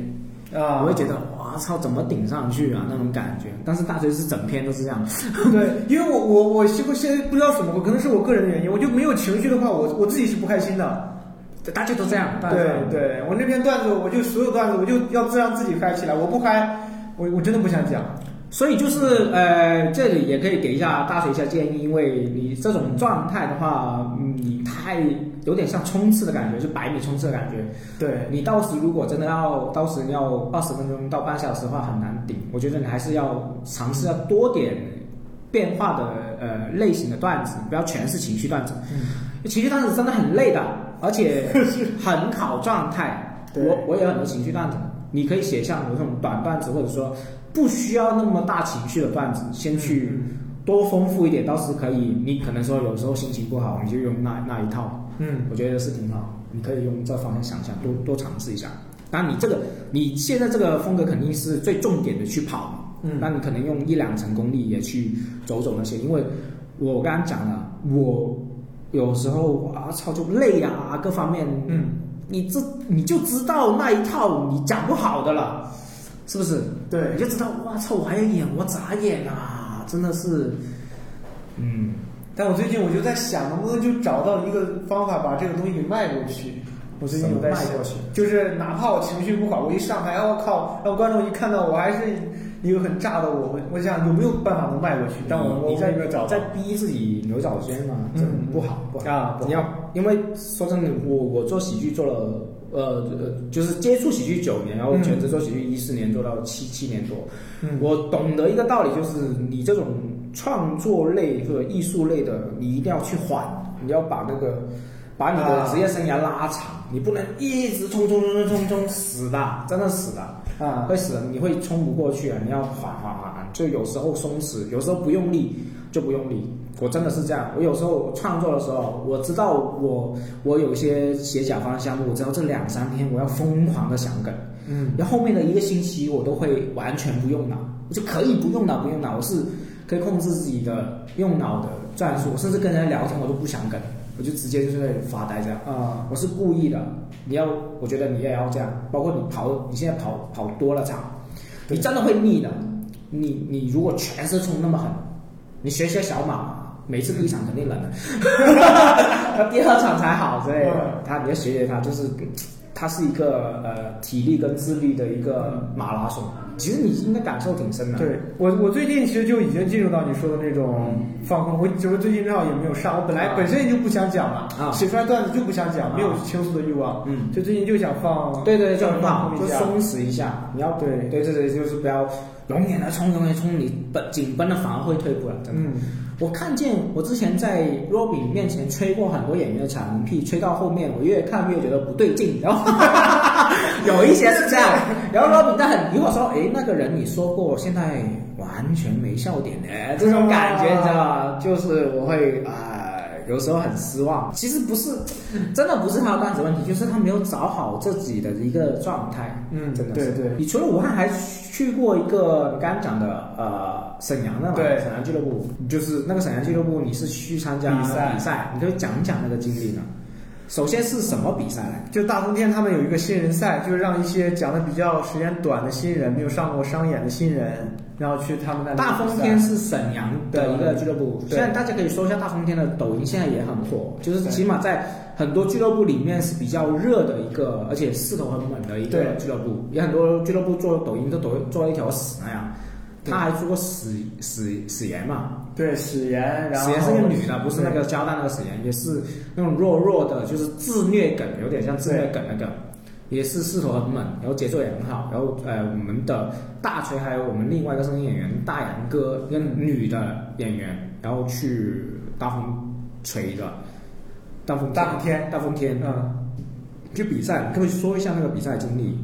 S2: 啊，
S1: 我会觉得哇操，怎么顶上去啊那种感觉。但是大学是整篇都是这样，
S2: 对，因为我我我现现在不知道什么，可能是我个人的原因，我就没有情绪的话，我我自己是不开心的。
S1: 大家都这样，大家都这
S2: 对
S1: 样
S2: 对，我那篇段子，我就所有段子，我就要自让自己嗨起来，我不嗨，我我真的不想讲。
S1: 所以就是呃，这里也可以给一下大学一下建议，因为你这种状态的话，嗯你太太有点像冲刺的感觉，就百米冲刺的感觉。
S2: 对，
S1: 你到时如果真的要到时要二十分钟到半小时的话，很难顶。我觉得你还是要尝试要多点变化的呃类型的段子，不要全是情绪段子。情绪段子真的很累的，而且很考状态。
S2: 对
S1: 我我也有很多情绪段子，你可以写像我这种短段子，或者说不需要那么大情绪的段子，先去。
S2: 嗯
S1: 多丰富一点，倒是可以。你可能说有时候心情不好，你就用那那一套，
S2: 嗯，
S1: 我觉得是挺好。你可以用这方向想想，多多尝试一下。当然，你这个你现在这个风格肯定是最重点的去跑嘛。
S2: 嗯
S1: 那你可能用一两成功力也去走走那些，因为我刚刚讲了，我有时候啊操就累啊，各方面，
S2: 嗯，
S1: 你这你就知道那一套你讲不好的了，是不是？
S2: 对
S1: 你，就知道，哇操，我还要演，我咋演啊？真的是，嗯，
S2: 但我最近我就在想，能不能就找到一个方法把这个东西给迈过去。我最近有在想
S1: 怎么迈过去，
S2: 就是哪怕我情绪不好，我一上台，我靠，让观众一看到我还是一个很炸的我，我我想有没有办法能迈过去？但我
S1: 嗯你
S2: 我
S1: 在
S2: 没有找
S1: 在
S2: 到。
S1: 逼自己牛角尖嘛，
S2: 嗯
S1: 这不好不好
S2: 啊不好
S1: 你要，因为说真的，我我做喜剧做了呃呃，就是接触喜剧九年，然后
S2: 嗯
S1: 全职做喜剧一四年，做到七七年多。
S2: 嗯
S1: 我懂得一个道理，就是你这种创作类或者艺术类的，你一定要去缓，你要把那个把你的
S2: 啊
S1: 职业生涯拉长，你不能一直冲冲冲冲冲冲死的，真的死的。
S2: 啊，
S1: 会死，你会冲不过去啊！你要缓缓缓缓，就有时候松弛，有时候不用力就不用力。我真的是这样，我有时候创作的时候，我知道我我有些写甲方的项目，我知道这两三天我要疯狂的想梗，
S2: 嗯，
S1: 然后后面的一个星期我都会完全不用脑，我就可以不用脑不用脑，我是可以控制自己的用脑的战术，我甚至跟人家聊天我都不想梗，我就直接就是在那里发呆这样。
S2: 啊，
S1: 我是故意的。你要，我觉得你也要这样。包括你跑，你现在跑跑多了场，你真的会腻的。你你如果全是冲那么狠，你学学小马，每次第一场肯定冷的，他第二场才好之类的
S2: 嗯。
S1: 他你要学学他，就是他是一个呃体力跟自律的一个马拉松。其实你应该感受挺深的。
S2: 对我，我最近其实就已经进入到你说的那种放空。我就是最近正好也没有上，我本来
S1: 啊
S2: 本身也就不想讲了，
S1: 啊
S2: 写出来段子就不想讲，没有倾诉的欲望，
S1: 嗯
S2: 就最近就想放，
S1: 对对，就
S2: 想
S1: 很
S2: 放
S1: 好，
S2: 空
S1: 就
S2: 一下。
S1: 松弛一下。你要
S2: 对
S1: 对对对，就是不要永远的冲，永远冲，你本紧绷的反而会退步了。真的。
S2: 嗯
S1: 我看见我之前在 Robin 面前吹过很多演员的彩虹屁，吹到后面我越看越觉得不对劲，然后有一些是这样，然后 Robin 他很疑惑说：“诶，那个人你说过，现在完全没笑点呢。”这种感觉你知道吗？就是我会啊、有时候很失望。其实不是，真的不是他的段子问题，就是他没有找好自己的一个状态。
S2: 嗯，
S1: 真的
S2: 对
S1: 是
S2: 对，
S1: 你除了武汉还去过一个你刚刚讲的呃沈阳的嘛？
S2: 对
S1: 沈阳俱乐部，就是那个沈阳俱乐部，你是去参加
S2: 比赛
S1: 比赛，你可以讲讲那个经历呢？首先是什么比赛来？
S2: 就大风天他们有一个新人赛，就是让一些讲的比较时间短的新人，没有上过商演的新人，然后去他们那里
S1: 大风天是沈阳的一个俱乐部，现
S2: 对
S1: 在大家可以搜一下大风天的抖音，现在也很火，就是
S2: 对
S1: 起码在很多俱乐部里面是比较热的一个，而且势头很猛的一个
S2: 对
S1: 俱乐部，也很多俱乐部做抖音都抖做一条屎那样，
S2: 对
S1: 他还做过屎屎屎盐嘛，
S2: 对史岩，然后
S1: 史岩是个女的，不是那个交大那个史岩，也是那种弱弱的，就是自虐梗，有点像自虐梗那个，也是势头很猛，然后节奏也很好。然后呃，我们的大锤还有我们另外一个声音演员大杨哥，一个女的演员，然后去大风锤的，大风
S2: 大风天
S1: 大风天
S2: 嗯
S1: 去比赛，你可不可以说一下那个比赛经历？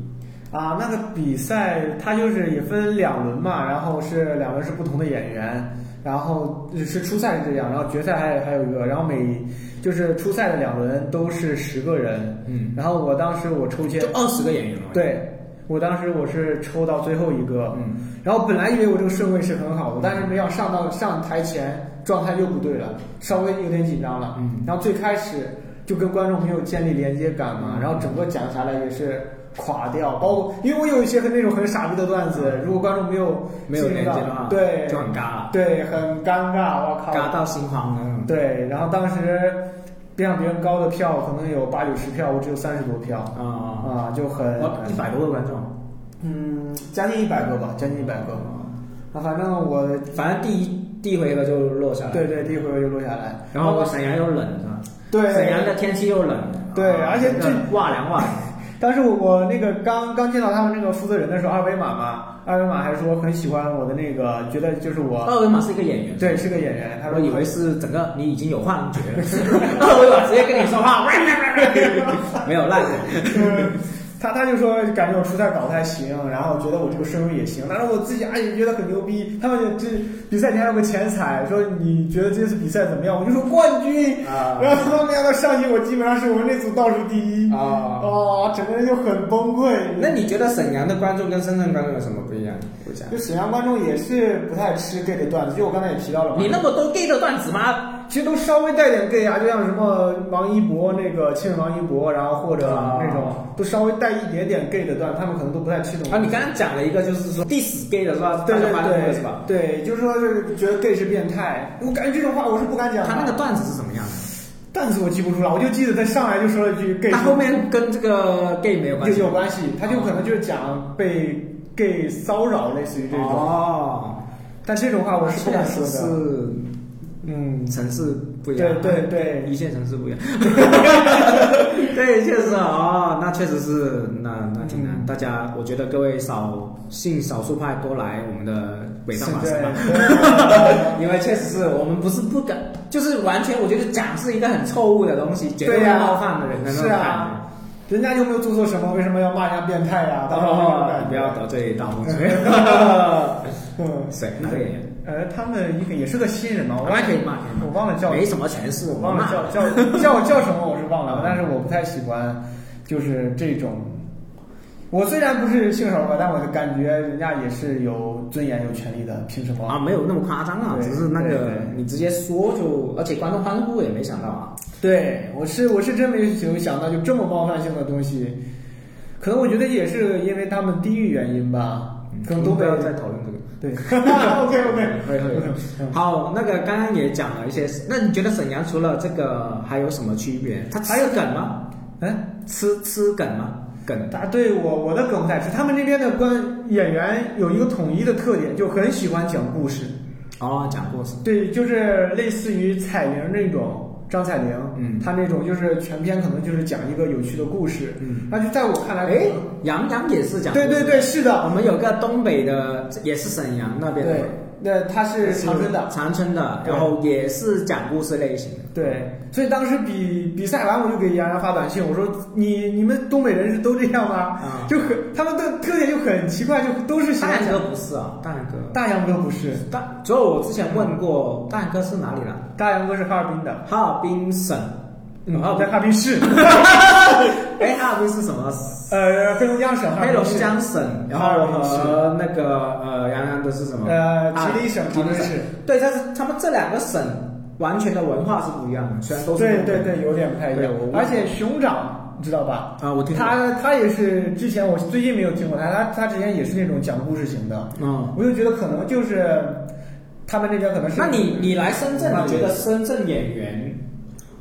S2: 啊，那个比赛它就是也分两轮嘛，然后是两轮是不同的演员，然后是初赛是这样，然后决赛还有还有一个，然后每就是初赛的两轮都是十个人，
S1: 嗯，
S2: 然后我当时我抽签
S1: 就，二十个演员了，，
S2: 对我当时我是抽到最后一个，
S1: 嗯，
S2: 然后本来以为我这个顺位是很好的，但是没想到上到上台前状态又不对了，稍微有点紧张了。
S1: 嗯，
S2: 然后最开始就跟观众没有建立连接感嘛，
S1: 嗯
S2: 然后整个讲下来也是垮掉，包括因为我有一些很那种很傻逼的段子，如果观众没有
S1: 没有
S2: 进入
S1: 连接
S2: 到
S1: 的话，
S2: 对
S1: 就很尬了，
S2: 对，很尴尬，我靠，
S1: 尬到心慌的那种。
S2: 对，然后当时比上别人高的票可能有八九十票，我只有三十多票，
S1: 啊，
S2: 啊，就很
S1: 我一百多个观众，
S2: 嗯，将近一百个吧，将近一百个。啊，反正我
S1: 反正第一第一回合就落下来，
S2: 对，对，第一回合就录下来。
S1: 然后沈阳又冷是吧？
S2: 对
S1: 沈阳的天气又冷，
S2: 对
S1: 啊
S2: 而且这
S1: 真的哇凉哇凉。
S2: 当时我我那个刚刚见到他们那个负责人的时候，二维码嘛，二维码还说很喜欢我的那个，觉得就是我，
S1: 二维码是一个演员，
S2: 对，是个演员。他
S1: 哦我
S2: 说
S1: 以为是整个你已经有幻觉 了，二维码直接跟你说话，没有烂梗。
S2: 嗯他他就说感觉我出赛搞得还行，然后觉得我这个顺位也行，但是我自己啊也觉得很牛逼。他们这比赛前还有个前彩，说你觉得这次比赛怎么样？我就说冠军。
S1: 啊
S2: 然后他们要到上去，我基本上是我们那组倒数第一。
S1: 啊！
S2: 哦，整个人就很崩溃。
S3: 那你觉得沈阳的观众跟深圳观众有什么不一样？不讲
S2: 就沈阳观众也是不太吃 gay 的段子，就我刚才也提到了嘛。
S1: 你那么多 gay 的段子吗？
S2: 其实都稍微带点 gay 啊，就像什么王一博那个亲吻王一博，然后或者
S1: 啊
S2: 那种、都稍微带一点点 gay 的段，他们可能都不太吃懂。
S1: 啊，你刚刚讲了一个，就是说 diss gay 的是吧？
S2: 对对
S1: 大家发那个是吧？
S2: 对，对，就是说是觉得 gay 是变态，我感觉这种话我是不敢讲的。
S1: 他那个段子是什么样的？
S2: 段子我记不住了，我就记得他上来就说了一句 gay，
S1: 他后面跟这个 gay 没有关
S2: 有
S1: 系
S2: 有关系，他就可能就是讲被 gay 骚扰，类似于这种。
S1: 哦，
S2: 但这种话我是不
S1: 确
S2: 敢说
S1: 实
S2: 的。
S1: 是
S2: 嗯，
S1: 城市不一样，
S2: 对对对
S1: 一线城市不 一样，对，确实啊、哦，那确实是，那那挺
S2: 嗯
S1: 难。大家，我觉得各位少信少数派多来我们的北上广
S2: 对
S1: 深吧，
S2: 对
S1: 因为确实是我们不是不敢，就是完全我觉得讲是一个很错误的东西，绝
S2: 对
S1: 会
S2: 呀
S1: 冒犯的人的那
S2: 是
S1: 种感
S2: 啊
S1: 觉。，
S2: 人家又没有做错什么，为什么要骂人家变态呀、当然
S1: 哦，不要得罪大 风吹，
S2: 嗯，
S1: 谁哪个演员？
S2: 呃，他们一个也是个新人嘛，我
S1: 我还可以骂可以骂
S2: 我忘了叫，
S1: 没什么权势，
S2: 我
S1: 我
S2: 忘了
S1: 骂
S2: 叫叫叫叫什么，我是忘了，但是我不太喜欢，就是这种。我虽然不是性少数，但我的感觉人家也是有尊严、有权利的，凭什么？
S1: 啊，没有那么夸张啊，
S2: 对
S1: 只是那
S2: 对
S1: 个
S2: 对
S1: 你直接说就，而且观众欢呼也没想到啊。
S2: 对，我是我是真没有想到就这么冒犯性的东西，可能我觉得也是因为他们地域原因吧，可能都
S1: 嗯不
S2: 被
S1: 要再讨论这个。
S2: 对，OK OK，
S1: 会会。 好，那个刚刚也讲了一些，那你觉得沈阳除了这个还有什么区别？它还有梗吗？
S2: 嗯，
S1: 吃吃梗吗？梗
S2: 答啊对我我的梗不太吃，他们那边的观演员有一个统一的特点，就很喜欢讲故事，
S1: 哦，讲故事。
S2: 对，就是类似于彩铃那种。张彩玲，
S1: 嗯
S2: 她那种就是全篇可能就是讲一个有趣的故事，
S1: 嗯，
S2: 那就在我看来，
S1: 哎，杨洋也是讲故
S2: 对
S1: 事。啊
S2: 对对，是的，
S1: 我们有个东北的，也是沈阳那边的
S2: 对
S1: 嘛，，
S2: 那她是长春的，
S1: 长春的，
S2: 对
S1: 然后也是讲故事类型的。
S2: 对，所以当时比比赛完，我就给杨洋发短信，我说你你们东北人是都这样吗？
S1: 啊
S2: 就很他们的特点就很奇怪，就都是喜
S1: 大
S2: 欢
S1: 杨
S2: 讲
S1: 哥不是啊，大杨哥，
S2: 大杨哥不是，
S1: 大，所以我之前问过大杨哥是哪里人？
S2: 大杨哥是哈尔滨的，
S1: 哈尔滨省。
S2: 嗯，
S1: 哈尔
S2: 在哈尔滨市，
S1: 滨， 哎，哈尔滨是什么？
S2: 呃，黑龙江省哈尔
S1: 黑龙
S2: 滨市，
S1: 江省，然
S2: 哈尔
S1: 后
S2: 滨市
S1: 和那个呃洋洋的是什么？
S2: 呃，
S1: 啊
S2: 吉林省，吉
S1: 吉
S2: 林
S1: 林省
S2: 市，。
S1: 对，但是他们这两个省完全的文化是不一样的，虽然都是
S2: 对
S1: 东北
S2: 对对，有点不太一样
S1: 对我。
S2: 而且熊掌你知道吧？
S1: 啊，我听过
S2: 他他也是之前我最近没有听过他，他他之前也是那种讲故事型的，
S1: 嗯，
S2: 我就觉得可能就是他们那边可能是。
S1: 那你你来深圳，
S2: 那
S1: 你觉得深圳演员，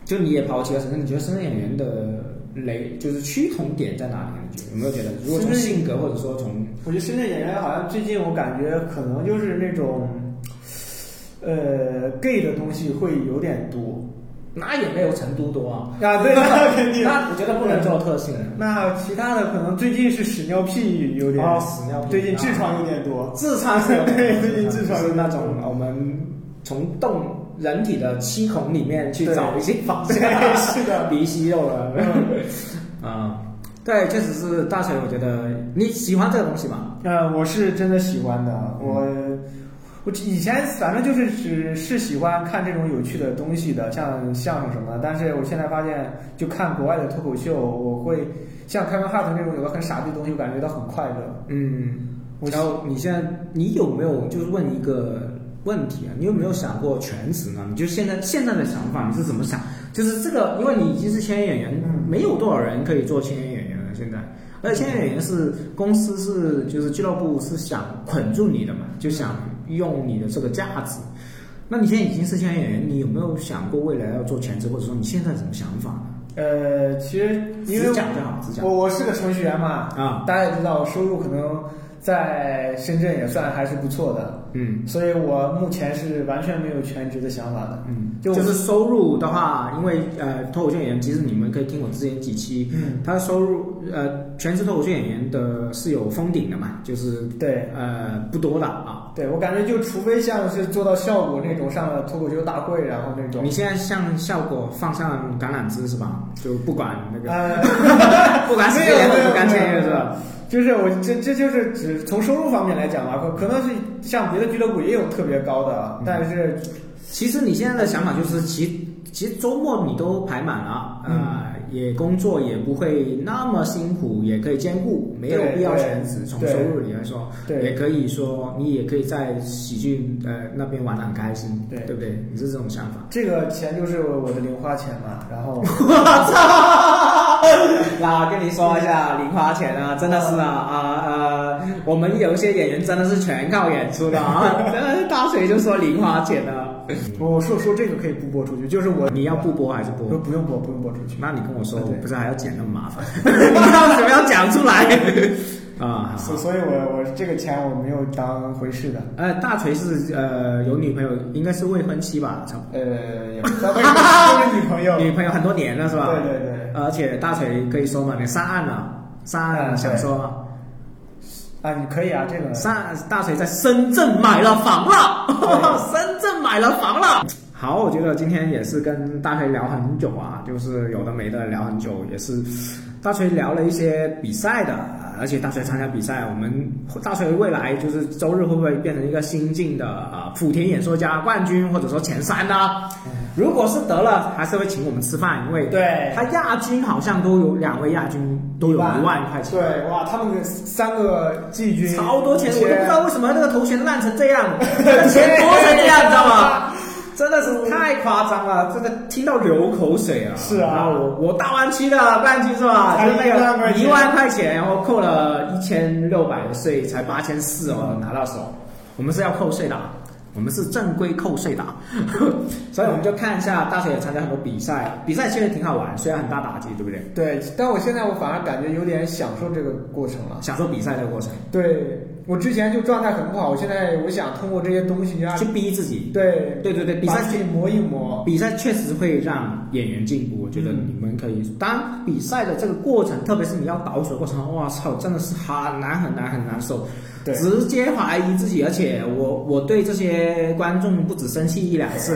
S1: 就你也抛弃了深圳，你觉得深圳演员的雷就是趋同点在哪里？啊你觉得有没有觉得？如果从
S2: 深圳
S1: 性格或者说从
S2: 我觉得深圳演员好像最近我感觉可能就是那种，呃，gay 的东西会有点多
S1: 那也没有成都多啊，
S2: 啊，对， 那肯定。
S1: 那我觉得不能做特性啊人。
S2: 那其他的可能最近是屎尿屁啊有点，
S1: 哦屎尿屁
S2: 最近痔疮有点多。
S1: 痔 疮是有可能的
S2: 对最近痔疮
S1: 是那种我们从动人体的七孔里面去找一些方向，
S2: 对是 的嗯
S1: 鼻息肉了。 啊，对，确实是大锤，我觉得你喜欢这个东西吗？
S2: 呃，我是真的喜欢的，我我以前反正就是只是喜欢看这种有趣的东西的，像相声什么的。但是我现在发现，就看国外的脱口秀，我会像开文哈特那种有个很傻逼的东西，我感觉到很快乐。
S1: 嗯，
S2: 我
S1: 然后你现在你有没有就是问一个问题啊？你有没有想过全职呢？你就现在现在的想法你是怎么想？就是这个，因为你已经是签约演员，
S2: 嗯
S1: 没有多少人可以做签约演员了现在。而且签约演员是公司是就是俱乐部是想捆住你的嘛，就想用你的这个价值。那你现在已经是签约演员，你有没有想过未来要做全职，或者说你现在什么想法呢？
S2: 呃，其实因为
S1: 只讲就好，只讲
S2: 我我是个程序员嘛，
S1: 啊
S2: 大家也知道，我收入可能在深圳也算还是不错的，
S1: 嗯
S2: 所以我目前是完全没有全职的想法的。
S1: 嗯，
S2: 就
S1: 就是收入的话，因为呃，脱口秀演员其实你们可以听我之前几期，
S2: 嗯，
S1: 他的收入呃，全职脱口秀演员的是有封顶的嘛，就是
S2: 对
S1: 呃不多的啊。
S2: 对，我感觉就除非像是做到效果那种，上了脱口秀大会，然后那种
S1: 你现在像效果放上橄榄枝是吧？就不管那个，
S2: 呃，
S1: 不管时
S2: 没有
S1: 间
S2: 没有
S1: 不管签约
S2: 没有
S1: 是吧？
S2: 就是我这这就是只从收入方面来讲吧，可可能是像别的俱乐部也有特别高
S1: 嗯
S2: 的，啊但是
S1: 其实你现在的想法就是，其其实周末你都排满了，呃，也工作也不会那么辛苦，也可以兼顾，没有
S2: 对
S1: 必要
S2: 对
S1: 全职。从
S2: 对
S1: 收入里来说，也
S2: 对
S1: 可以说你也可以在喜剧呃那边玩得很开心，
S2: 对
S1: 对不对？你是这种想 法？
S2: 这个钱就是我的零花钱嘛，然后
S1: 那跟你说一下零花钱啊，真的是啊啊呃，我们有一些演员真的是全靠演出的 啊，真的是大嘴就说零花钱啊。
S2: 我说说这个可以不播出去，就是我
S1: 你要不播还是播
S2: 不？不用播不用播出去。
S1: 嗯那你跟我说，
S2: 对
S1: 不是还要剪那么麻烦？ 你为什么要讲出来？ 啊，好
S2: 所所以我我这个钱我没有当回事的，
S1: 呃，大锤是呃有女朋友，应该是未婚妻吧？差不
S2: 呃，也不 算为什么就是女朋友
S1: 多，， 女朋友很多年了是吧？
S2: 对对对，
S1: 而且大锤可以说嘛，你上岸了，上岸了
S2: 嗯
S1: 想说吗？
S2: 啊，你可以啊，这个
S1: 上大锤在深圳买了房了， 深圳买了房了。好，我觉得今天也是跟大锤聊很久啊，就是有的没的聊很久，也是大锤聊了一些比赛的，而且大锤参加比赛，我们大锤未来就是周日会不会变成一个新晋的啊莆田演说家冠军，或者说前三呢、啊如果是得了，还是会请我们吃饭，因为
S2: 对
S1: 他亚军好像都有两位亚军都有一万块钱，
S2: 哎对，哇，他们三个季军
S1: 超多钱，我都不知道为什么那个头衔烂成这 样，
S2: 对
S1: 钱多成这样，你知道吗？ 真的是太夸张了，真的听到流口水啊！哎
S2: 是啊
S1: 然后我我大湾区的半区是吧？
S2: 才
S1: 就是那
S2: 1万块
S1: 个
S2: 钱
S1: 一万块钱，然后扣了一千六百税，才八千四哦，拿到手。我们是要扣税的啊，我们是正规扣税的啊， 所以我们就看一下，大学也参加很多比赛，比赛其实挺好玩，虽然很大打击，对不对？
S2: 对，但我现在我反而感觉有点享受这个过程了。
S1: 享受比赛的过程，
S2: 对我之前就状态很不好，我现在我想通过这些东西让啊
S1: 去逼自己。
S2: 对
S1: 对对对，比赛
S2: 把自己磨一磨。
S1: 比赛确实会让演员进步，我觉得你们可以。当然，比赛的这个过程，特别是你要倒水的过程，哇操，真的是很难很难很难受，
S2: 对
S1: 直接怀疑自己。而且我我对这些观众不止生气一两次，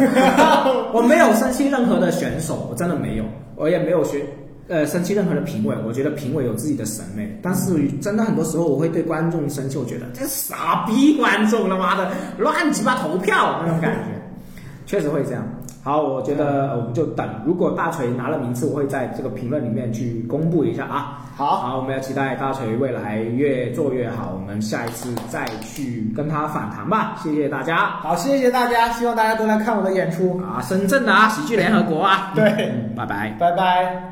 S1: 我没有生气任何的选手，我真的没有，我也没有学。呃，生气任何的评委，我觉得评委有自己的审美，但是真的很多时候我会对观众生气，我觉得这傻逼观众他妈的乱鸡巴投票那种感觉。确实会这样。好，我觉得
S2: 嗯
S1: 呃我们就等，如果大锤拿了名次，我会在这个评论里面去公布一下啊。
S2: 好
S1: 好，我们要期待大锤未来越做越好，我们下一次再去跟他反弹吧。谢谢大家
S2: 好，谢谢大家，希望大家都来看我的演出，
S1: 啊，深圳的啊，喜剧联合国啊，
S2: 对
S1: 嗯，拜拜。
S2: 拜拜。